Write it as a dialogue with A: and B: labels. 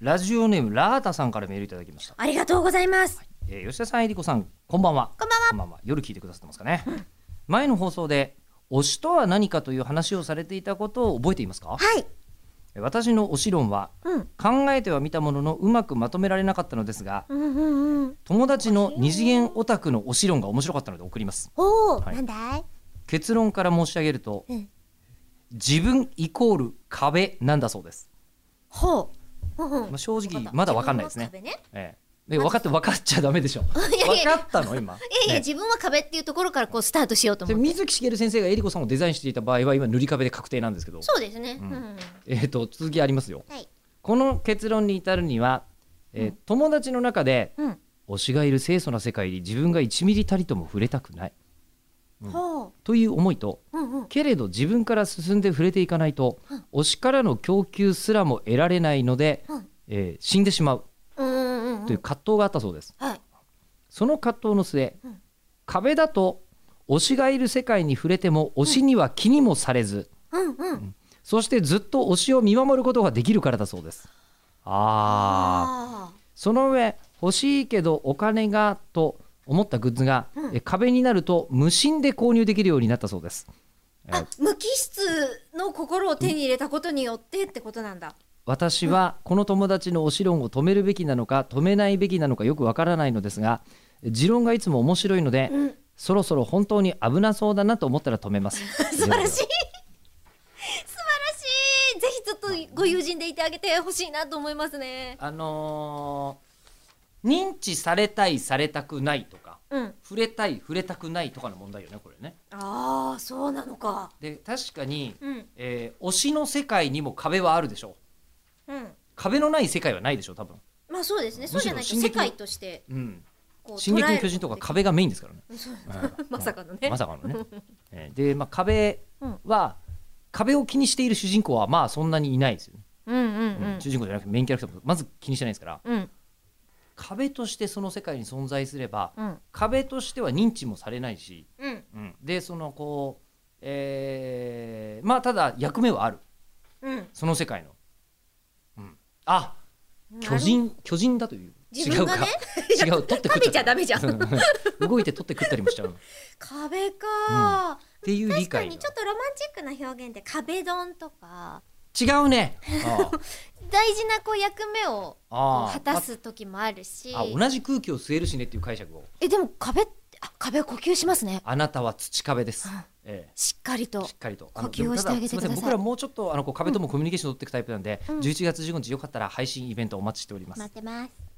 A: ラジオネームラータさんからメールいただきました、
B: ありがとうございます。
A: えー吉田さんえりこさんこんばんは
B: こんばんは。
A: こんばんは夜聞いてくださってますかね前の放送で推しとは何かという話をされていたことを覚えていますか
B: はい。
A: えー私の推し論は
B: うん。
A: 考えては見たもののうまくまとめられなかったのですが
B: うんうんうん。
A: 友達の二次元オタクの推し論が面白かったので送ります
B: おお、
A: はい
B: なんだい。
A: 結論から申し上げると
B: うん。
A: 自分イコール壁なんだそうです、
B: ほう。うんうん
A: まあ、正直まだわかんないですね、
B: 自分は壁
A: ええ、で分かって分かっちゃダメでしょ
B: いやいや
A: 分かったの今
B: いやいや、
A: ね
B: 自分は壁っていうところからこうスタートしようと
A: で
B: 思って。
A: 水木しげる先生がえりこさんをデザインしていた場合は今塗り壁で確定なんですけど、
B: そうですね。
A: う
B: うんん。
A: えー、と続きありますよ
B: はい。
A: この結論に至るには、えー友達の中で
B: うん。
A: 推しがいる清楚な世界に自分が1ミリたりとも触れたくないうん
B: ほう。
A: という思いと
B: うんうん。
A: けれど自分から進んで触れていかないと、
B: うん
A: 推しからの供給すらも得られないので、
B: うん
A: えー死んでしまう
B: うんうんうん。
A: という葛藤があったそうです、
B: はい。
A: その葛藤の末、
B: うん
A: 壁だと推しがいる世界に触れても推しには気にもされず、
B: うんうん。
A: そしてずっと推しを見守ることができるからだそうですああ
B: あ
A: その上欲しいけどお金がと思ったグッズが、
B: うん
A: え壁になると無心で購入できるようになったそうですえ
B: ー。あ、無機質の心を手に入れたことによってってことなんだ。
A: 私はこの友達の推し論を止めるべきなのか止めないべきなのかよくわからないのですが持論がいつも面白いので、
B: うん。
A: そろそろ本当に危なそうだなと思ったら止めます
B: 素晴らしい。素晴らしい。ぜひちょっとご友人でいてあげてほしいなと思いますね。
A: あのー認知されたいされたくないとか
B: うん。
A: 触れたい触れたくないとかの問題よねこれね
B: ああ、そうなのか。
A: で確かに、
B: うん。
A: えー推しの世界にも壁はあるでしょう
B: うん。
A: 壁のない世界はないでしょ多分
B: まあそうですね。
A: むしろ
B: そうじゃないと
A: 進撃
B: 世
A: の
B: 界として
A: うん
B: こ
A: 「
B: う
A: 進撃の巨人」とか壁がメインですからね、
B: 捉えることできる。
A: うん
B: まさかのね。
A: まさかの ね、えーで、まあ、壁は、壁を気にしている主人公はまあそんなにいないですよね、
B: うんうんう
A: うん
B: ん。
A: 主人公じゃなくてメインキャラクターもまず気にしてないですから
B: うん
A: 壁としてその世界に存在すれば
B: うん
A: 壁としては認知もされないし、
B: うん
A: うんでそのこうえーまあただ役目はある
B: うん。
A: その世界の、うん、あ
B: なる
A: 巨人巨人だという
B: 自分がね
A: 違うか違う取って食っ
B: 食べちゃダメじゃん
A: うん動いて取って食ったりもしちゃうのっ
B: 壁か。
A: ていう理
B: 確か
A: 解
B: にちょっとロマンチックな表現で壁ドンとか
A: 違うねあ
B: 大事なこう役目を
A: あああ
B: 果たす時もあるし。
A: あ同じ空気を吸えるしねっていう解釈を
B: えでも壁ってあ壁呼吸しますね。
A: あなたは土壁です
B: うん、
A: ええ
B: しっかりと
A: しっ。かりと
B: 呼吸をしてあげて
A: あのでもたすみ
B: ください
A: ません僕らもうちょっとあのこう壁ともコミュニケーションを取っていくタイプなんで、
B: うん
A: 11月15日よかったら配信イベントお待ちしております、
B: 待ってます。